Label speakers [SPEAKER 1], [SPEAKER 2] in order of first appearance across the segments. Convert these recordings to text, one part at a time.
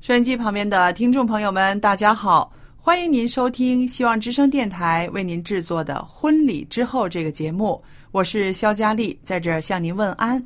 [SPEAKER 1] 收音机旁边的听众朋友们，大家好，欢迎您收听希望之声电台为您制作的《婚礼之后》这个节目，我是肖佳丽，在这儿向您问安。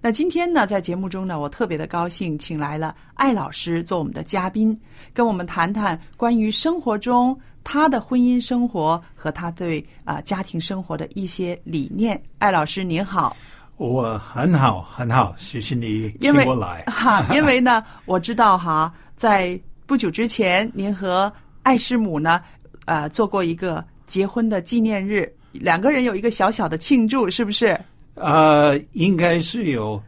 [SPEAKER 1] 那今天呢，在节目中呢，我特别的高兴，请来了艾老师做我们的嘉宾，跟我们谈谈关于生活中他的婚姻生活和他对啊、呃家庭生活的一些理念。艾老师您好。
[SPEAKER 2] 我很好，很好，谢谢你
[SPEAKER 1] 因
[SPEAKER 2] 请
[SPEAKER 1] 为。
[SPEAKER 2] 我来
[SPEAKER 1] 哈，因为呢，我知道哈，在不久之前，您和艾师母呢，呃，做过一个结婚的纪念日，两个人有一个小小的庆祝，是不是？
[SPEAKER 2] 呃，应该是有，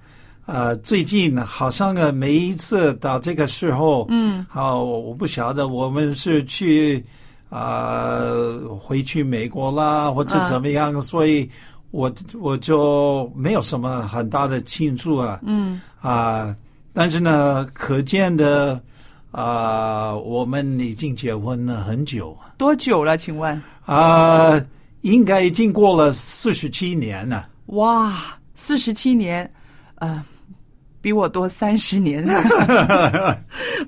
[SPEAKER 2] 呃，最近好像啊，每一次到这个时候，嗯，好、我我不晓得我们是去呃回去美国啦，或者
[SPEAKER 1] 啊
[SPEAKER 2] 怎么样，所以我我就没有什么很大的庆祝啊，
[SPEAKER 1] 嗯，
[SPEAKER 2] 啊、但是呢，可见的啊、我们已经结婚了很久。
[SPEAKER 1] 多久了？请问？
[SPEAKER 2] 啊、应该已经过了四十七年了。
[SPEAKER 1] 哇，四十七年，呃，比我多三十 年。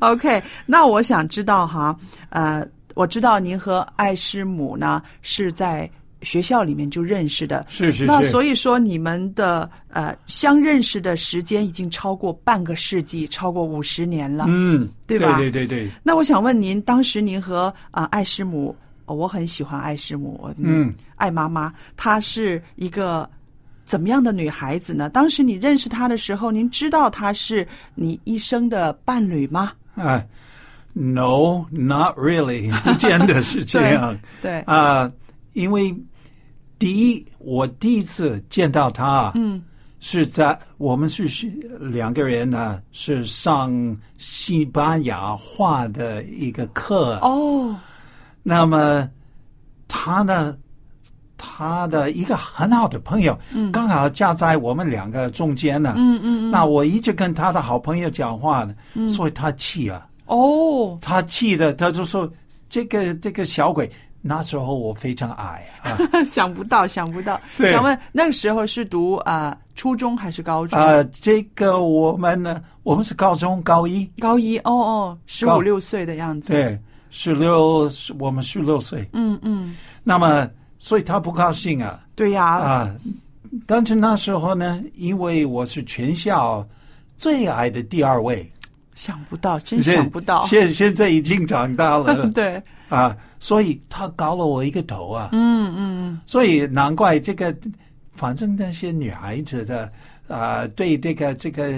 [SPEAKER 1] OK，那我想知道哈，呃，我知道您和艾师母呢是在学校里面就认识的，
[SPEAKER 2] 是是
[SPEAKER 1] 那所以说，你们的呃相认识的时间已经超过半个世纪，超过五十年了。
[SPEAKER 2] 嗯，
[SPEAKER 1] 对吧
[SPEAKER 2] 对对对对，
[SPEAKER 1] 那我想问您，当时您和啊、呃艾师母、哦我很喜欢艾师母，我
[SPEAKER 2] 嗯，
[SPEAKER 1] 艾妈妈，她是一个怎么样的女孩子呢？当时你认识她的时候，您知道她是你一生的伴侣吗？
[SPEAKER 2] 啊、n o not really，不见得是这样
[SPEAKER 1] 对，
[SPEAKER 2] 啊、因为第一，我第一次见到他，
[SPEAKER 1] 嗯，
[SPEAKER 2] 是在我们是是两个人呢，是上西班牙话的一个课，
[SPEAKER 1] 哦，
[SPEAKER 2] 那么他呢，他的一个很好的朋友，刚好夹在我们两个中间呢。
[SPEAKER 1] 嗯嗯，嗯嗯
[SPEAKER 2] 那我一直跟他的好朋友讲话呢，所以他气啊，
[SPEAKER 1] 哦，
[SPEAKER 2] 他气的，他就说这个这个小鬼。那时候我非常矮 啊，
[SPEAKER 1] 想不到，想不到。
[SPEAKER 2] 对
[SPEAKER 1] 想问那个时候是读啊、呃初中还是高中？
[SPEAKER 2] 呃，这个我们呢，我们是高中高一，
[SPEAKER 1] 高一哦哦，十
[SPEAKER 2] 高
[SPEAKER 1] 五六岁的样子。，
[SPEAKER 2] 对，十六，我们十六岁，
[SPEAKER 1] 嗯嗯，
[SPEAKER 2] 那么所以他不高兴啊，
[SPEAKER 1] 对呀、
[SPEAKER 2] 啊，但是那时候呢，因为我是全校最矮的第二位，
[SPEAKER 1] 想不到，真想不到。
[SPEAKER 2] 现现在已经长大了
[SPEAKER 1] 对，
[SPEAKER 2] 啊，所以他高了我一个头啊，
[SPEAKER 1] 嗯嗯
[SPEAKER 2] 所以难怪这个，反正那些女孩子的啊，对这个这个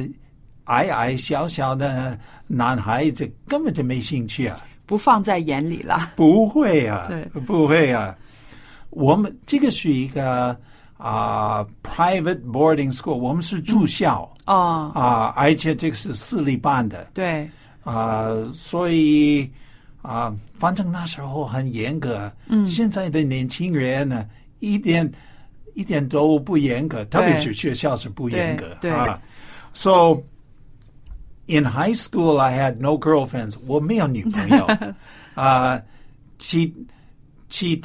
[SPEAKER 2] 矮矮小小的男孩子根本就没兴趣啊。
[SPEAKER 1] 嗯，不放在眼里了。
[SPEAKER 2] 不会啊
[SPEAKER 1] 对，
[SPEAKER 2] 不会啊。我们这个是一个啊、private boarding school，我们是住校
[SPEAKER 1] 哦，
[SPEAKER 2] 啊、而且这个是私立办的
[SPEAKER 1] 对，
[SPEAKER 2] 啊、所以啊、反正那时候很严格。嗯，现在的年轻人呢，一点一点都不严格，特别是学校是不严格
[SPEAKER 1] 对对
[SPEAKER 2] 啊。So， In high school, I had no girlfriends. 我没有女朋 友啊、其其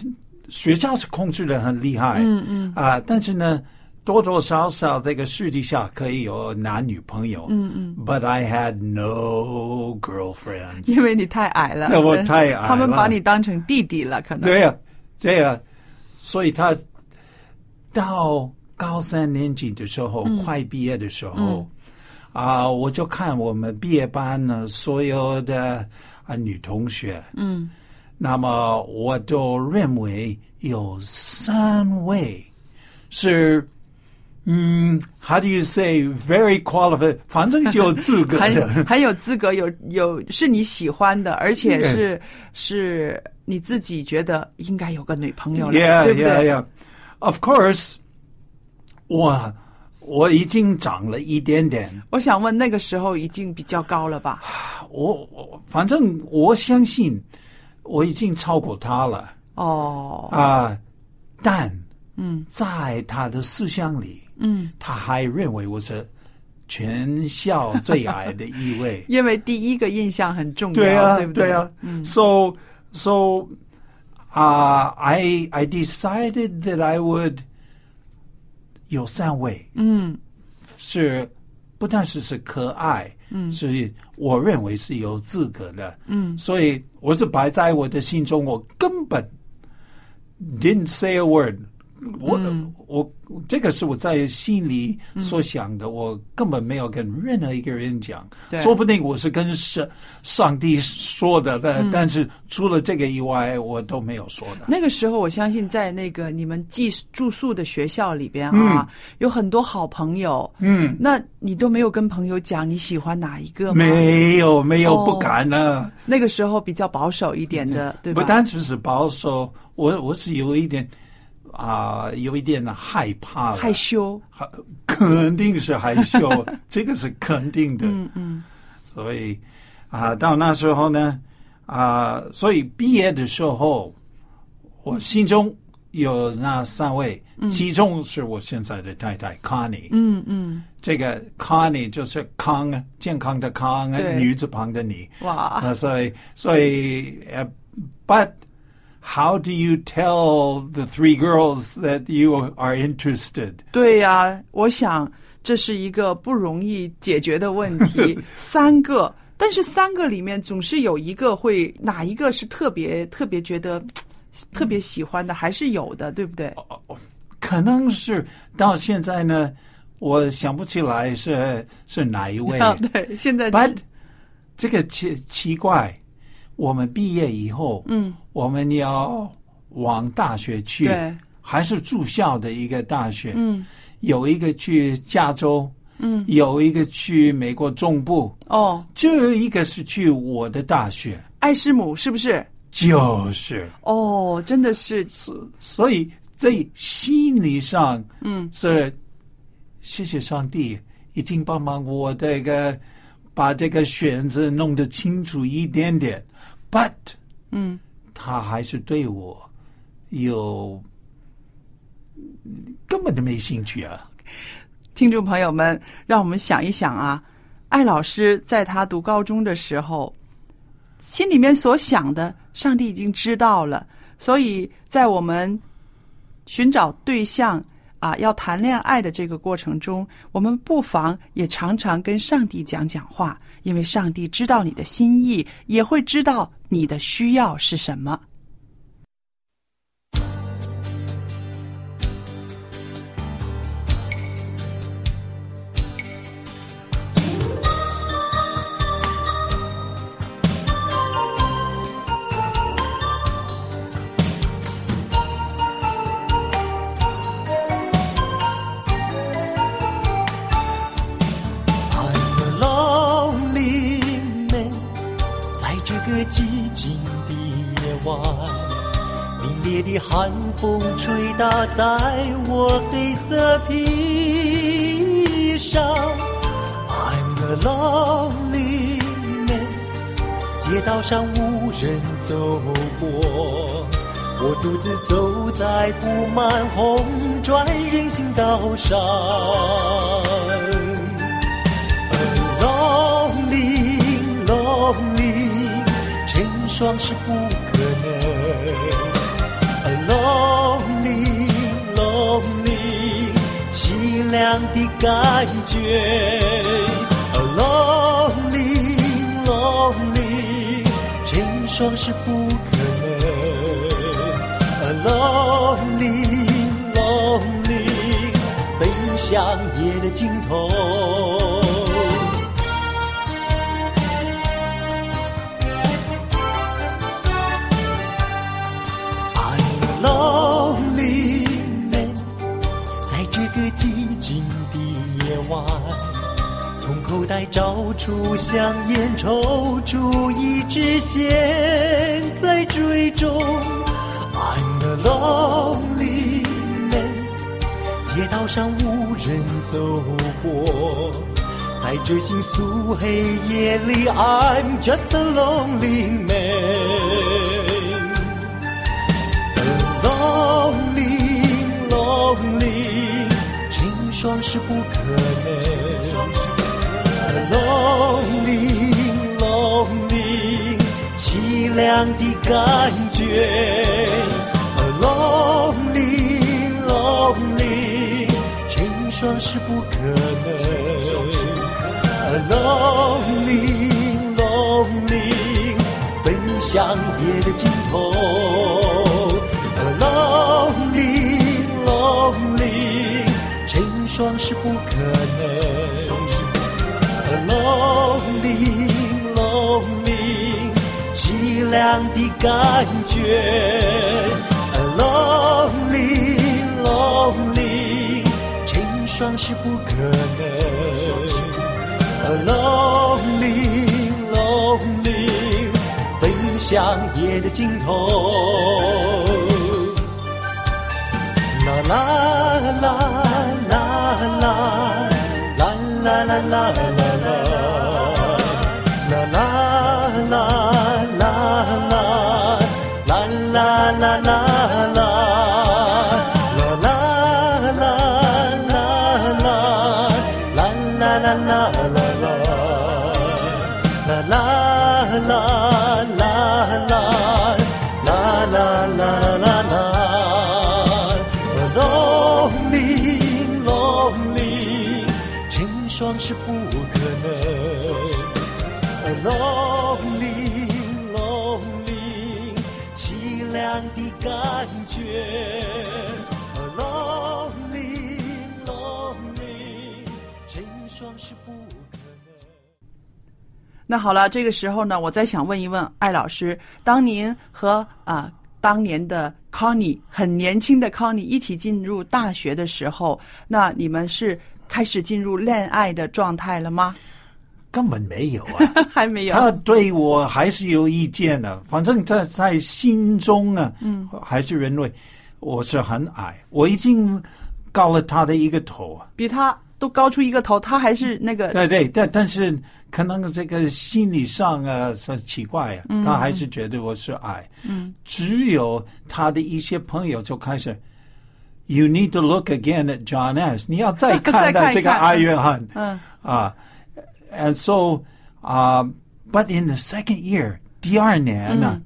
[SPEAKER 2] 学校是控制的很厉害，嗯嗯啊、但是呢，多多少少这个私底下可以有男女朋友，嗯嗯。But I had no girlfriends.
[SPEAKER 1] 因为你太矮了，
[SPEAKER 2] 那我太矮了
[SPEAKER 1] 他们把你当成弟弟了，可能
[SPEAKER 2] 对呀、对呀、所以他到高三年级的时候，快毕业的时候，啊、我就看我们毕业班呢所有的啊、女同学，
[SPEAKER 1] 嗯，
[SPEAKER 2] 那么我就认为有三位是。嗯，How do you say very qualified？反正就有资格 的，
[SPEAKER 1] 很很有资格，有有是你喜欢的，而且是
[SPEAKER 2] 嗯
[SPEAKER 1] 是你自己觉得应该有个女朋友了
[SPEAKER 2] Yeah,
[SPEAKER 1] 对不对
[SPEAKER 2] yeah, yeah. Of course，我我已经长了一点点，
[SPEAKER 1] 我想问，那个时候已经比较高了吧？
[SPEAKER 2] 我我反正我相信我已经超过他了
[SPEAKER 1] 哦，
[SPEAKER 2] 啊、但
[SPEAKER 1] 嗯
[SPEAKER 2] 在他的思想里，
[SPEAKER 1] 嗯，。
[SPEAKER 2] 他还认为我是全校最矮的 一位
[SPEAKER 1] 因为第一个印象很重要，
[SPEAKER 2] 对
[SPEAKER 1] 对嗯
[SPEAKER 2] 啊，
[SPEAKER 1] 不
[SPEAKER 2] 对啊。So so, uh, I I decided that I would 有三位
[SPEAKER 1] 嗯
[SPEAKER 2] 是不但是是可爱，嗯，是我认为是有资格的，
[SPEAKER 1] 嗯，
[SPEAKER 2] 所以我是摆在我的心中，我根本 didn't say a word。我、
[SPEAKER 1] 嗯
[SPEAKER 2] 我这个是我在心里所想的，我根本没有跟任何一个人讲
[SPEAKER 1] 对，
[SPEAKER 2] 说不定我是跟上上帝说的，
[SPEAKER 1] 嗯
[SPEAKER 2] 但、但是除了这个以外，我都没有说的。
[SPEAKER 1] 那个时候，我相信在那个你们寄住宿的学校里边啊，有很多好朋友。
[SPEAKER 2] 嗯，
[SPEAKER 1] 那你都没有跟朋友讲你喜欢哪一个吗？
[SPEAKER 2] 没有没有，
[SPEAKER 1] 哦
[SPEAKER 2] 不敢了、
[SPEAKER 1] 那个时候比较保守一点的，对
[SPEAKER 2] 不
[SPEAKER 1] 吧？
[SPEAKER 2] 单只是保守，我我是有一点啊、有一点害怕了，
[SPEAKER 1] 害羞，
[SPEAKER 2] 害肯定是害羞，这个是肯定的。
[SPEAKER 1] 嗯嗯
[SPEAKER 2] 所以啊、到那时候呢，啊、所以毕业的时候，我心中有那三位，其中是我现在的太太 Connie，、
[SPEAKER 1] 嗯嗯，
[SPEAKER 2] 这个 Connie 就是康健康的康，
[SPEAKER 1] 对
[SPEAKER 2] 女字旁的你，
[SPEAKER 1] 哇，
[SPEAKER 2] Uh, so, so, uh, but how do you tell the three girls that you are interested?
[SPEAKER 1] 对呀、我想这是一个不容易解决的问题，三个。但是三个里面总是有一个会，哪一个是特别特别觉得特别喜欢的，还是有的，对不对？
[SPEAKER 2] 可能是到现在呢，我想不起来是是哪一位。
[SPEAKER 1] 啊， 对，现在
[SPEAKER 2] But 这个奇奇怪，我们毕业以后，
[SPEAKER 1] 嗯，
[SPEAKER 2] 我们要往大学去，
[SPEAKER 1] 对
[SPEAKER 2] 还是住校的一个大学，
[SPEAKER 1] 嗯，
[SPEAKER 2] 有一个去加州，嗯，有一个去美国中部，
[SPEAKER 1] 哦，
[SPEAKER 2] 这一个是去我的大学，
[SPEAKER 1] 爱师母是不是？
[SPEAKER 2] 就是，
[SPEAKER 1] 哦，真的是，
[SPEAKER 2] 所以在心理上
[SPEAKER 1] 嗯
[SPEAKER 2] 是谢谢上帝已经帮忙我这个把这个选择弄得清楚一点点，but
[SPEAKER 1] 嗯，
[SPEAKER 2] 他还是对我有根本就没兴趣啊。
[SPEAKER 1] 听众朋友们，让我们想一想啊，艾老师在他读高中的时候，心里面所想的，上帝已经知道了。所以在我们寻找对象啊，要谈恋爱的这个过程中，我们不妨也常常跟上帝讲讲话，因为上帝知道你的心意，也会知道你的需要是什么。
[SPEAKER 3] I'm a lonely man，在这个寂静的夜晚，凛冽的寒风吹打在我黑色披上。I'm a lonely man，街道上无人走过，我独自走在布满红砖人行道上。lonely 里，成双是不可能。A lonely, lonely，凄凉的感觉。A lonely, lonely，成双是不可能。A lonely, lonely，奔向夜的尽头。I'm lonely man，在这个寂静的夜晚，从口袋找出香烟，抽出一支线，在追踪。I'm a lonely man，街道上无人走过，在这星宿黑夜里，I'm just a lonely man。lonely lonely，成双是不可能。lonely lonely，凄凉的感觉。lonely lonely，成双是不可能。lonely lonely，奔向夜的尽头。lonely lonely，成双是不可能。lonely lonely，凄凉的感觉。lonely lonely，成双是不可能。lonely lonely，奔向夜的尽头。啦啦啦啦啦啦啦啦啦啦啦，啦啦啦啦啦啦啦啦啦啦，啦啦啦啦啦啦啦啦啦啦。啦啦啦啦啦啦啦啦啦啦，lonely lonely，成双是不可能，lonely lonely，凄凉的感觉，lonely lonely，成双是不可能。
[SPEAKER 1] 那好了，这个时候呢，我再想问一问艾老师，当您和啊当年的 Connie 很年轻的 Connie 一起进入大学的时候，那你们是开始进入恋爱的状态了 吗？
[SPEAKER 2] 根本没有啊。
[SPEAKER 1] 还没有。
[SPEAKER 2] 他对我还是有意见的，反正在在心中啊，嗯，还是认为我是很矮，我已经高了他的一个头啊。
[SPEAKER 1] 比他都高出一个头，他还是呃那个
[SPEAKER 2] 对对，但但是可能这个心理上啊是奇怪啊，
[SPEAKER 1] 嗯
[SPEAKER 2] 他还是觉得我是矮。嗯，只有他的一些朋友就开始。You need to look again at John S. 你要再
[SPEAKER 1] 再看 一看
[SPEAKER 2] 看到这个阿约翰。
[SPEAKER 1] 嗯
[SPEAKER 2] 啊，and so 啊、b u t in the second year，第二年
[SPEAKER 1] 嗯
[SPEAKER 2] 呢，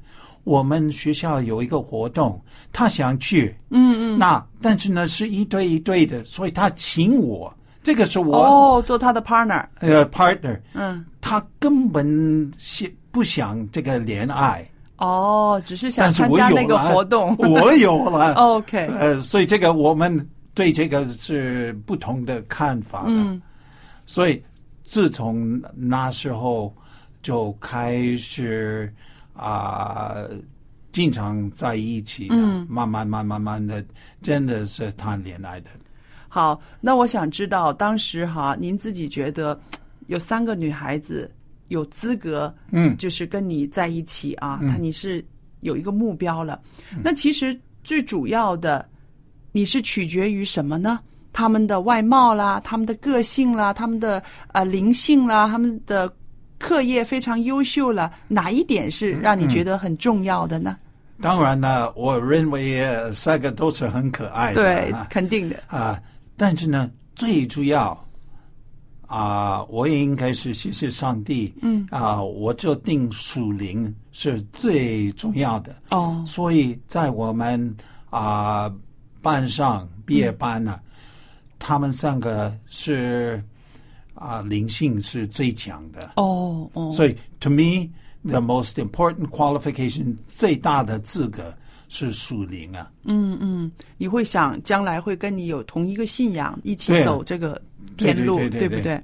[SPEAKER 2] 我们学校有一个活动，他想去，嗯嗯，那但是呢是一对一对的，所以他请我，这个是我、
[SPEAKER 1] 哦，做他的 partner，
[SPEAKER 2] 呃 partner，
[SPEAKER 1] 嗯，
[SPEAKER 2] 他根本是不想这个恋爱，
[SPEAKER 1] 哦，只是想
[SPEAKER 2] 但是
[SPEAKER 1] 参
[SPEAKER 2] 我
[SPEAKER 1] 加
[SPEAKER 2] 有
[SPEAKER 1] 那个
[SPEAKER 2] 了。
[SPEAKER 1] 活动哦
[SPEAKER 2] 我有 了
[SPEAKER 1] OK
[SPEAKER 2] 呃，所以这个我们对这个是不同的看法的，
[SPEAKER 1] 嗯
[SPEAKER 2] 所以自从那时候就开始啊、经常在一起，嗯，慢慢慢慢慢的，真的是谈恋爱的。
[SPEAKER 1] 好，那我想知道当时哈，您自己觉得呃有三个女孩子有资格，
[SPEAKER 2] 嗯
[SPEAKER 1] 就是跟你在一起啊，她你是有一个目标了。那其实最主要的，你是取决于什么呢？他们的外貌啦，他们的个性啦，他们的呃灵性啦，他们的课业非常优秀了，哪一点是让你觉得很重要的呢？
[SPEAKER 2] 当然呢，我认为呃三个都哎是很可爱的
[SPEAKER 1] 对
[SPEAKER 2] 啊，
[SPEAKER 1] 肯定的，
[SPEAKER 2] 啊，但是呢，最主要啊、我也应该是谢谢上帝，
[SPEAKER 1] 嗯
[SPEAKER 2] 啊、我就定属灵是最重要的，
[SPEAKER 1] 哦，
[SPEAKER 2] 所以在我们啊、班上毕业班呢、他们三个是啊、灵性是最强的，
[SPEAKER 1] 哦，哦，
[SPEAKER 2] 所以 to me the most important qualification 最大的资格是属灵啊，
[SPEAKER 1] 嗯嗯，你会想将来会跟你有同一个信仰，一起
[SPEAKER 2] 对啊
[SPEAKER 1] 走这个天路，
[SPEAKER 2] 对对对对
[SPEAKER 1] 不
[SPEAKER 2] 对
[SPEAKER 1] 对？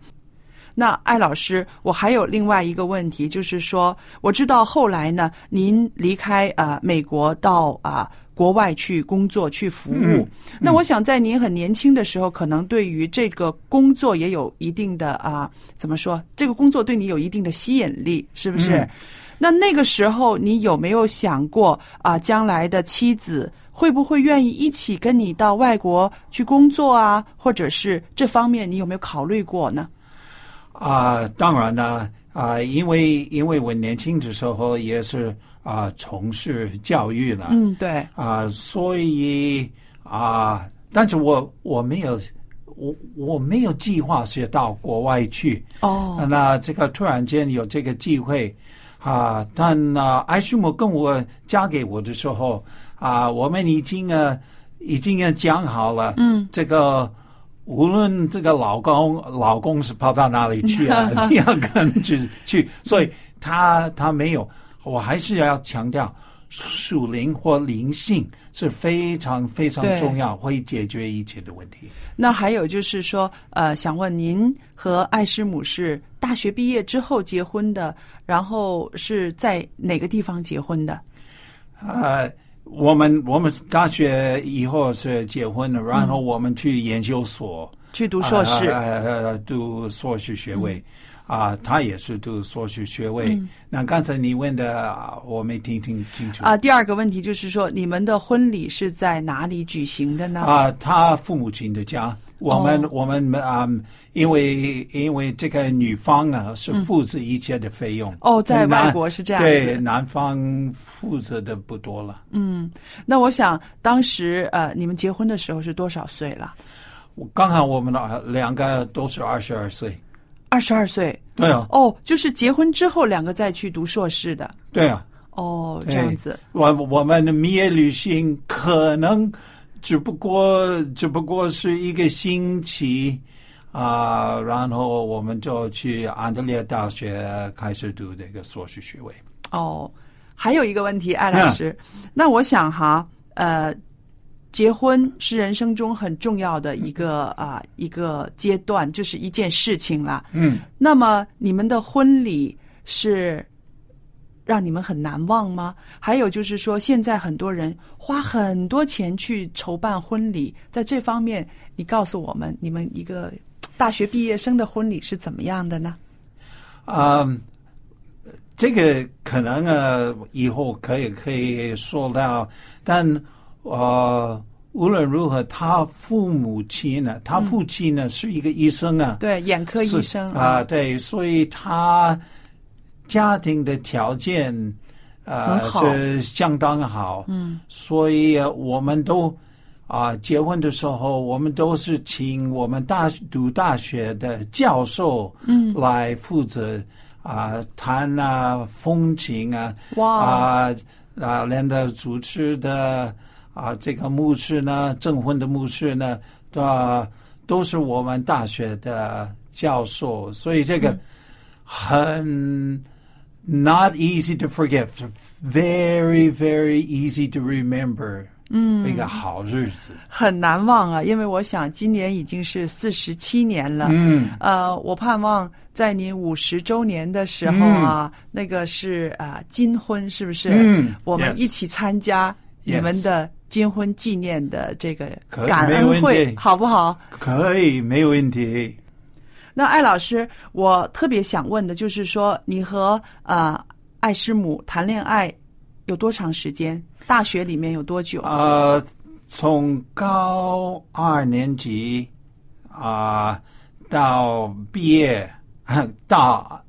[SPEAKER 1] 那艾老师，我还有另外一个问题，就是说，我知道后来呢，您离开啊、呃美国到啊、国外去工作去服务。
[SPEAKER 2] 嗯
[SPEAKER 1] 那我想在您很年轻的时候，可能对于这个工作也有一定的啊、怎么说？这个工作对你有一定的吸引力，是不是？
[SPEAKER 2] 嗯
[SPEAKER 1] 那那个时候，你有没有想过啊、将来的妻子会不会愿意一起跟你到外国去工作啊？或者是这方面，你有没有考虑过呢？
[SPEAKER 2] 啊、当然啦，啊、因为因为我年轻的时候也是啊、从事教育了，
[SPEAKER 1] 嗯，对，
[SPEAKER 2] 啊、所以啊、但是我我没有我我没有计划是到国外去，
[SPEAKER 1] 哦，
[SPEAKER 2] 那这个突然间有这个机会啊、但呢、艾舒姆跟我嫁给我的时候啊、我们已经呃已经呃讲好了，
[SPEAKER 1] 嗯，
[SPEAKER 2] 这个无论这个老公老公是跑到哪里 去啊，你要跟去去，所以他他没有，我还是要强调。属灵或灵性是非常非常
[SPEAKER 1] 对
[SPEAKER 2] 重要，会解决一切的问题。
[SPEAKER 1] 那还有就是说，呃，想问您和艾师母是大学毕业之后结婚的，然后是在哪个地方结婚的？
[SPEAKER 2] 呃，我们我们大学以后是结婚了，然后我们去研究所
[SPEAKER 1] 去嗯读硕士？嗯
[SPEAKER 2] 呃呃呃读硕士学位。啊，他也是读硕士学位。那刚才你问的，啊我没听听清楚。
[SPEAKER 1] 啊，第二个问题就是说，你们的婚礼是在哪里举行的呢？
[SPEAKER 2] 啊，他父母亲的家，我
[SPEAKER 1] 哦
[SPEAKER 2] 们、我们啊、嗯因为因为这个女方啊是负责一切的费用。
[SPEAKER 1] 嗯哦在
[SPEAKER 2] 男
[SPEAKER 1] 外国是这样
[SPEAKER 2] 对，
[SPEAKER 1] 子
[SPEAKER 2] 男方负责的不多了。
[SPEAKER 1] 那我想，当时呃，你们结婚的时候是多少岁了？
[SPEAKER 2] 我刚好我们的儿两个都是二十二岁。
[SPEAKER 1] 二十二岁。
[SPEAKER 2] 对啊，
[SPEAKER 1] 哦，就是结婚之后两个再去读硕士的。
[SPEAKER 2] 对啊，
[SPEAKER 1] 哦，
[SPEAKER 2] 对
[SPEAKER 1] 这样子。
[SPEAKER 2] 我我们的蜜月旅行可能只不过只不过是一个星期啊、然后我们就去安德烈大学开始读这个硕士学位。
[SPEAKER 1] 哦，还有一个问题，艾老师，
[SPEAKER 2] 嗯
[SPEAKER 1] 那我想哈，呃，结婚是人生中很重要的一个啊、一个阶段，就是一件事情啦。
[SPEAKER 2] 嗯，
[SPEAKER 1] 那么你们的婚礼是让你们很难忘吗？还有就是说，现在很多人花很多钱去筹办婚礼，在这方面，你告诉我们，你们一个大学毕业生的婚礼是怎么样的呢？
[SPEAKER 2] 啊、这个可能呃以后可以可以说到，但呃无论如何，他父母亲呢，他父亲呢、是一个医生啊，
[SPEAKER 1] 对，眼科医
[SPEAKER 2] 是
[SPEAKER 1] 生
[SPEAKER 2] 啊、对，所以他家庭的条件呃
[SPEAKER 1] 很好
[SPEAKER 2] 是相当好，嗯，所以呃我们都啊、结婚的时候，我们都是请我们大读大学的教授，嗯，来负责啊、弹啊风琴啊，
[SPEAKER 1] 哇，
[SPEAKER 2] 啊啊，连的主持的啊，这个牧师呢，证婚的牧师呢，啊，都是我们大学的教授，所以这个很 not easy to forget，very very easy to remember，嗯，
[SPEAKER 1] Mm.
[SPEAKER 2] 一个好日子，
[SPEAKER 1] 很难忘啊！因为我想今年已经是四十七年了。
[SPEAKER 2] 嗯，
[SPEAKER 1] 呃，我盼望在您五十周年的时候啊，那个是啊、金婚是不是？
[SPEAKER 2] 嗯
[SPEAKER 1] 我们
[SPEAKER 2] yes
[SPEAKER 1] 一起参加你
[SPEAKER 2] Yes
[SPEAKER 1] 们的金婚纪念的这个
[SPEAKER 2] 可以
[SPEAKER 1] 感
[SPEAKER 2] 没
[SPEAKER 1] 恩
[SPEAKER 2] 问
[SPEAKER 1] 会，
[SPEAKER 2] 题
[SPEAKER 1] 好不好？
[SPEAKER 2] 可以，没问题。
[SPEAKER 1] 那艾老师，我特别想问的就是说，你和啊、艾师母谈恋爱有多长时间？大学里面有多久？
[SPEAKER 2] 啊，从高二年级啊、到毕业， 大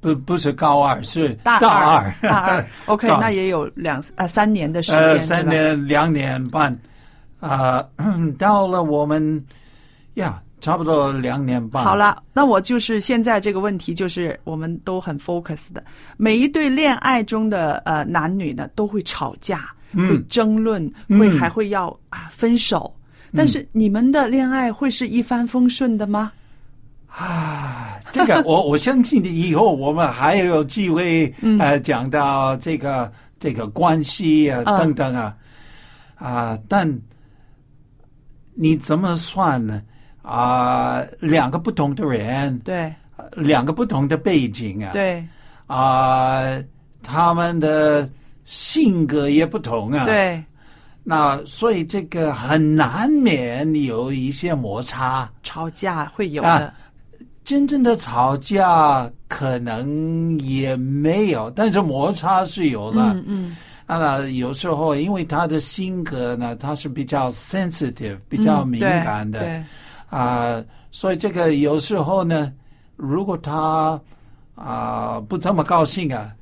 [SPEAKER 2] 不不是高二是
[SPEAKER 1] 大
[SPEAKER 2] 二，
[SPEAKER 1] 大二，OK，
[SPEAKER 2] 大
[SPEAKER 1] 那也有两呃三年的时间，
[SPEAKER 2] 呃
[SPEAKER 1] 对吧
[SPEAKER 2] 三 年两年半啊、到了我们呀，差不多两年半。
[SPEAKER 1] 好，了，那我就是现在这个问题，就是我们都很 focus 的，每一对恋爱中的呃男女呢，都会吵架，
[SPEAKER 2] 嗯
[SPEAKER 1] 会争论，
[SPEAKER 2] 嗯
[SPEAKER 1] 会还会要啊分手。但是你们的恋爱会是一帆风顺的吗？
[SPEAKER 2] 啊，这个 我我相信以后我们还有机会，
[SPEAKER 1] 嗯
[SPEAKER 2] 呃，讲到这个这个关系啊
[SPEAKER 1] 嗯
[SPEAKER 2] 等等啊，啊，但你怎么算呢？啊，两个不同的人，
[SPEAKER 1] 对
[SPEAKER 2] 两个不同的背景啊，
[SPEAKER 1] 对
[SPEAKER 2] 啊、他们的性格也不同啊，，
[SPEAKER 1] 对，
[SPEAKER 2] 那所以这个很难免有一些摩擦。
[SPEAKER 1] 吵架会有
[SPEAKER 2] 啊
[SPEAKER 1] 的。
[SPEAKER 2] 真正的吵架可能也没有，但是摩擦是有的。
[SPEAKER 1] 嗯嗯，
[SPEAKER 2] 啊，那有时候因为他的性格呢，他是比较 sensitive，比较
[SPEAKER 1] 嗯
[SPEAKER 2] 敏
[SPEAKER 1] 对
[SPEAKER 2] 感的
[SPEAKER 1] 对
[SPEAKER 2] 啊、所以这个有时候呢，如果他啊、不这么高兴啊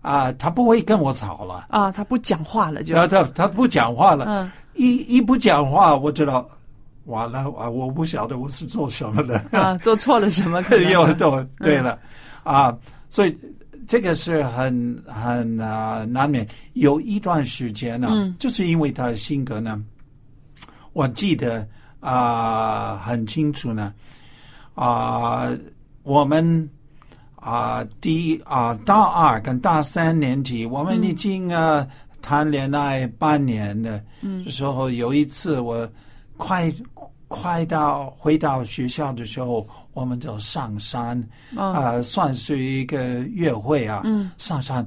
[SPEAKER 2] 啊、他不会跟我吵了，
[SPEAKER 1] 啊，他不讲话了就
[SPEAKER 2] 然后他他不讲话了，
[SPEAKER 1] 嗯
[SPEAKER 2] 一一不讲话，我知道完了啊，我不晓得我是做什么的。
[SPEAKER 1] 啊，做错了 什么可能？嗯
[SPEAKER 2] 又懂，对了，啊，所以这个是很很啊、难免有一段时间呢、
[SPEAKER 1] 嗯
[SPEAKER 2] 就是因为他的性格呢，我记得啊、很清楚呢，啊、我们啊、第啊、大二跟大三年级，我们已经
[SPEAKER 1] 嗯
[SPEAKER 2] 啊、谈恋爱半年了，嗯，时候有一次我快。快到回到学校的时候，我们就上山，
[SPEAKER 1] 嗯
[SPEAKER 2] 啊、算是一个约会啊。
[SPEAKER 1] 嗯
[SPEAKER 2] 上山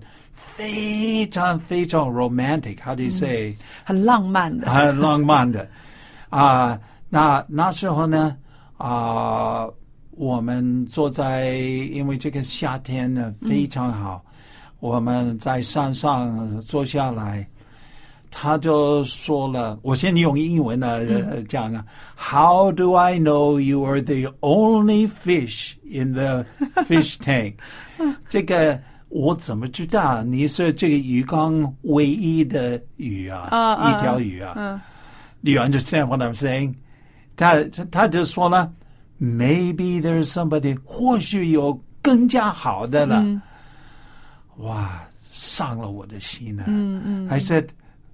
[SPEAKER 2] 非常非常 romantic，how do you say？、
[SPEAKER 1] 很浪漫的。
[SPEAKER 2] 很浪漫的啊、那那时候呢，啊、我们坐在，因为这个夏天呢非常好，我们在山上坐下来，他就说了，我先用英文呢、呃讲啊，How do I know you are the only fish in the fish tank？这 个。我怎么知道你是这个鱼缸唯一的鱼啊
[SPEAKER 1] 啊啊
[SPEAKER 2] 一条鱼啊？
[SPEAKER 1] 嗯
[SPEAKER 2] Do you understand what I'm saying？他他他就说呢，Maybe there's somebody，或许有更加好的了。
[SPEAKER 1] 嗯
[SPEAKER 2] 哇，伤了我的心呢、
[SPEAKER 1] 嗯嗯
[SPEAKER 2] I said,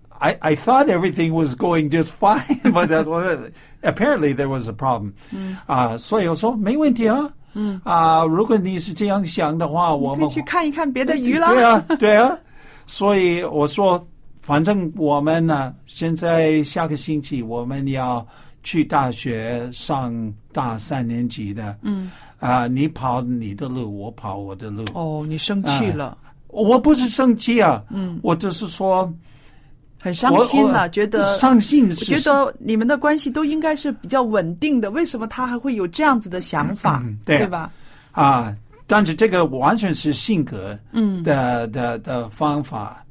[SPEAKER 2] I I thought everything was going just fine, but that was, apparently there was a problem.
[SPEAKER 1] Mm.
[SPEAKER 2] 啊、所以我说没问题了。嗯啊、如果你是这样想的话，我
[SPEAKER 1] 可以
[SPEAKER 2] 们
[SPEAKER 1] 去看一看别的鱼啦。
[SPEAKER 2] 对啊，对啊。所以我说，反正我们呢、现在下个星期我们要去大学上大三年级的。嗯。啊、你跑你的路，我跑我的路。
[SPEAKER 1] 哦，你生气
[SPEAKER 2] 哎
[SPEAKER 1] 了，
[SPEAKER 2] 我不是生气啊，
[SPEAKER 1] 嗯，
[SPEAKER 2] 我只是说
[SPEAKER 1] 很伤心了，觉得
[SPEAKER 2] 伤心
[SPEAKER 1] 我
[SPEAKER 2] 是，
[SPEAKER 1] 觉得你们的关系都应该是比较稳定的，为什么他还会有这样子的想法？
[SPEAKER 2] 嗯嗯
[SPEAKER 1] 对
[SPEAKER 2] 对
[SPEAKER 1] 吧？
[SPEAKER 2] 啊，但是这个完全是性格
[SPEAKER 1] 嗯
[SPEAKER 2] 的、的的方法。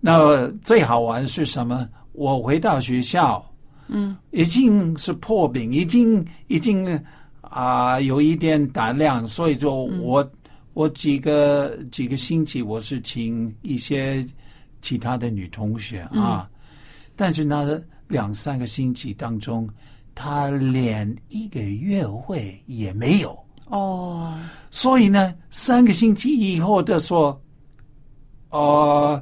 [SPEAKER 2] 那最好玩是什么？我回到学校，
[SPEAKER 1] 嗯，
[SPEAKER 2] 已经是破冰，已经已经啊、有一点胆量，所以说
[SPEAKER 1] 嗯
[SPEAKER 2] 我、我几个几个星期我是请一些其他的女同学
[SPEAKER 1] 嗯
[SPEAKER 2] 啊，但是那两三个星期当中，她连一个约会也没有。
[SPEAKER 1] 哦，
[SPEAKER 2] 所以呢，三个星期以后的说，呃，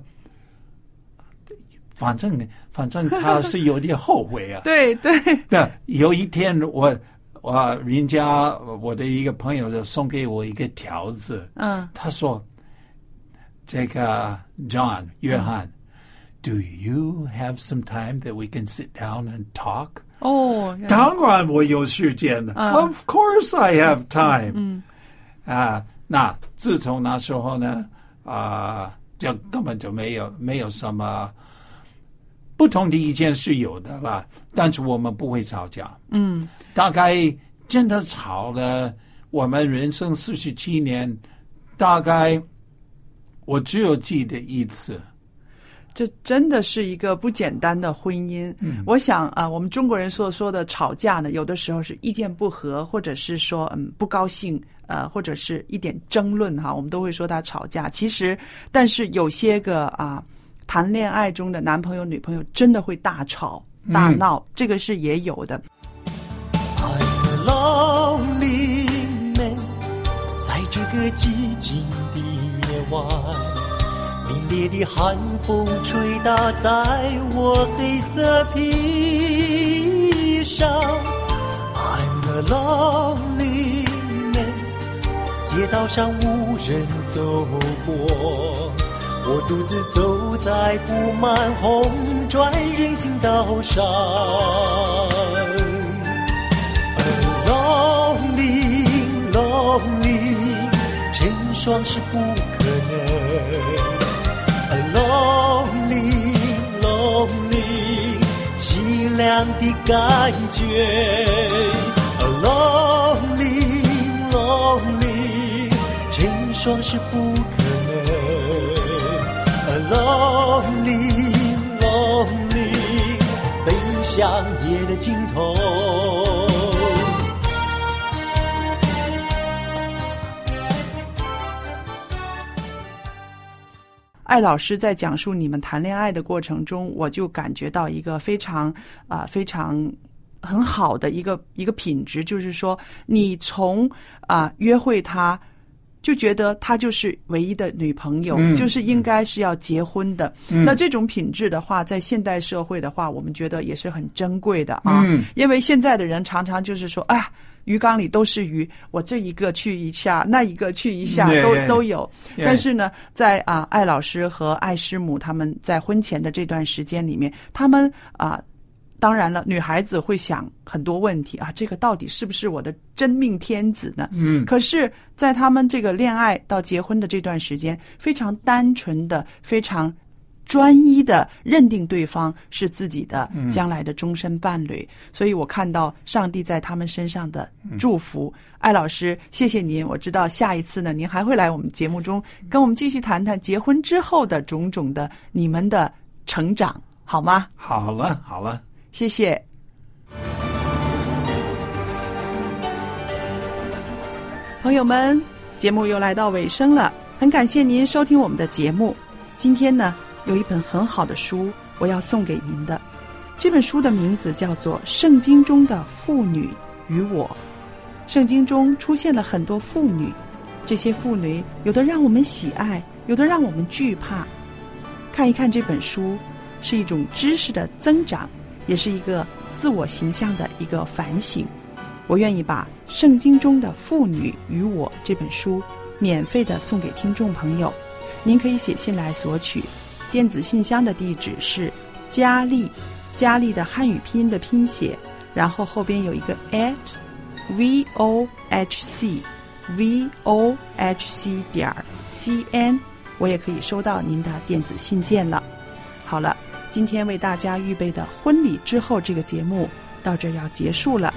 [SPEAKER 2] 反正反正他是有点后悔啊。
[SPEAKER 1] 对对，
[SPEAKER 2] 那有一天我我人家我的一个朋友就送给我一个条子，
[SPEAKER 1] 嗯
[SPEAKER 2] 他说：“这个 John 约翰、d o you have some time that we can sit down and talk？”
[SPEAKER 1] 哦，
[SPEAKER 2] 当然我有时间了、
[SPEAKER 1] 嗯
[SPEAKER 2] o f course I have time、
[SPEAKER 1] 嗯
[SPEAKER 2] 啊，那自从那时候呢，啊、就根本就没有没有什么不同的意见是有的啦，但是我们不会吵架。
[SPEAKER 1] 嗯，
[SPEAKER 2] 大概真的吵了，我们人生四十七年，大概我只有记得一次。
[SPEAKER 1] 这真的是一个不简单的婚姻。我想啊、我们中国人所说的吵架呢，有的时候是意见不合，或者是说嗯不高兴，呃，或者是一点争论哈，我们都会说他吵架。其实，但是有些个啊、谈恋爱中的男朋友女朋友真的会大吵大闹，这个是也有的。
[SPEAKER 3] I'm alone 个寂静的夜晚，凛冽的寒风吹打在我黑色披上。I'm a lonely man，街道上无人走过，我独自走在布满红砖人行道上。A lonely, lonely，成双是不可能。A lonely, lonely，凄凉的感觉。A lonely, lonely，成双是不可能。A lonely, lonely，奔向夜的尽头。
[SPEAKER 1] 艾老师在讲述你们谈恋爱的过程中，我就感觉到一个非常啊、非常很好的一个一个品质，就是说你从啊、约会他。就觉得她就是唯一的女朋友，
[SPEAKER 2] 嗯
[SPEAKER 1] 就是应该是要结婚的。
[SPEAKER 2] 嗯
[SPEAKER 1] 那这种品质的话，在现代社会的话，我们觉得也是很珍贵的啊。
[SPEAKER 2] 嗯
[SPEAKER 1] 因为现在的人常常就是说，哎呀，鱼缸里都是鱼，我这一个去一下，那一个去一下，
[SPEAKER 2] 对
[SPEAKER 1] 都
[SPEAKER 2] 对
[SPEAKER 1] 都有。
[SPEAKER 2] 对
[SPEAKER 1] 但是呢，在啊、艾老师和艾师母他们在婚前的这段时间里面，他们啊、当然了，女孩子会想很多问题啊，这个到底是不是我的真命天子呢？
[SPEAKER 2] 嗯
[SPEAKER 1] 可是，在他们这个恋爱到结婚的这段时间，非常单纯的、非常专一的认定对方是自己的将来的终身伴侣，所以我看到上帝在他们身上的祝福。艾老师，谢谢您，我知道下一次呢，您还会来我们节目中跟我们继续谈谈结婚之后的种种的你们的成长，好吗？
[SPEAKER 2] 好了好了。
[SPEAKER 1] 谢谢。朋友们，节目又来到尾声了，很感谢您收听我们的节目。今天呢，有一本很好的书，我要送给您的。这本书的名字叫做《圣经中的妇女与我》。圣经中出现了很多妇女，这些妇女有的让我们喜爱，有的让我们惧怕。看一看这本书，是一种知识的增长，也是一个自我形象的一个反省。我愿意把《圣经中的妇女与我》这本书免费的送给听众朋友，您可以写信来索取。电子信箱的地址是佳丽，佳丽的汉语拼音的拼写，然后后边有一个 at v o h c v o h c 点儿 c n，我也可以收到您的电子信件了。好了，今天为大家预备的婚礼之后这个节目到这儿要结束了，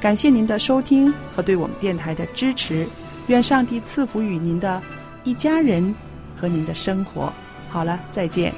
[SPEAKER 1] 感谢您的收听和对我们电台的支持，愿上帝赐福与您的一家人和您的生活。好了，再见。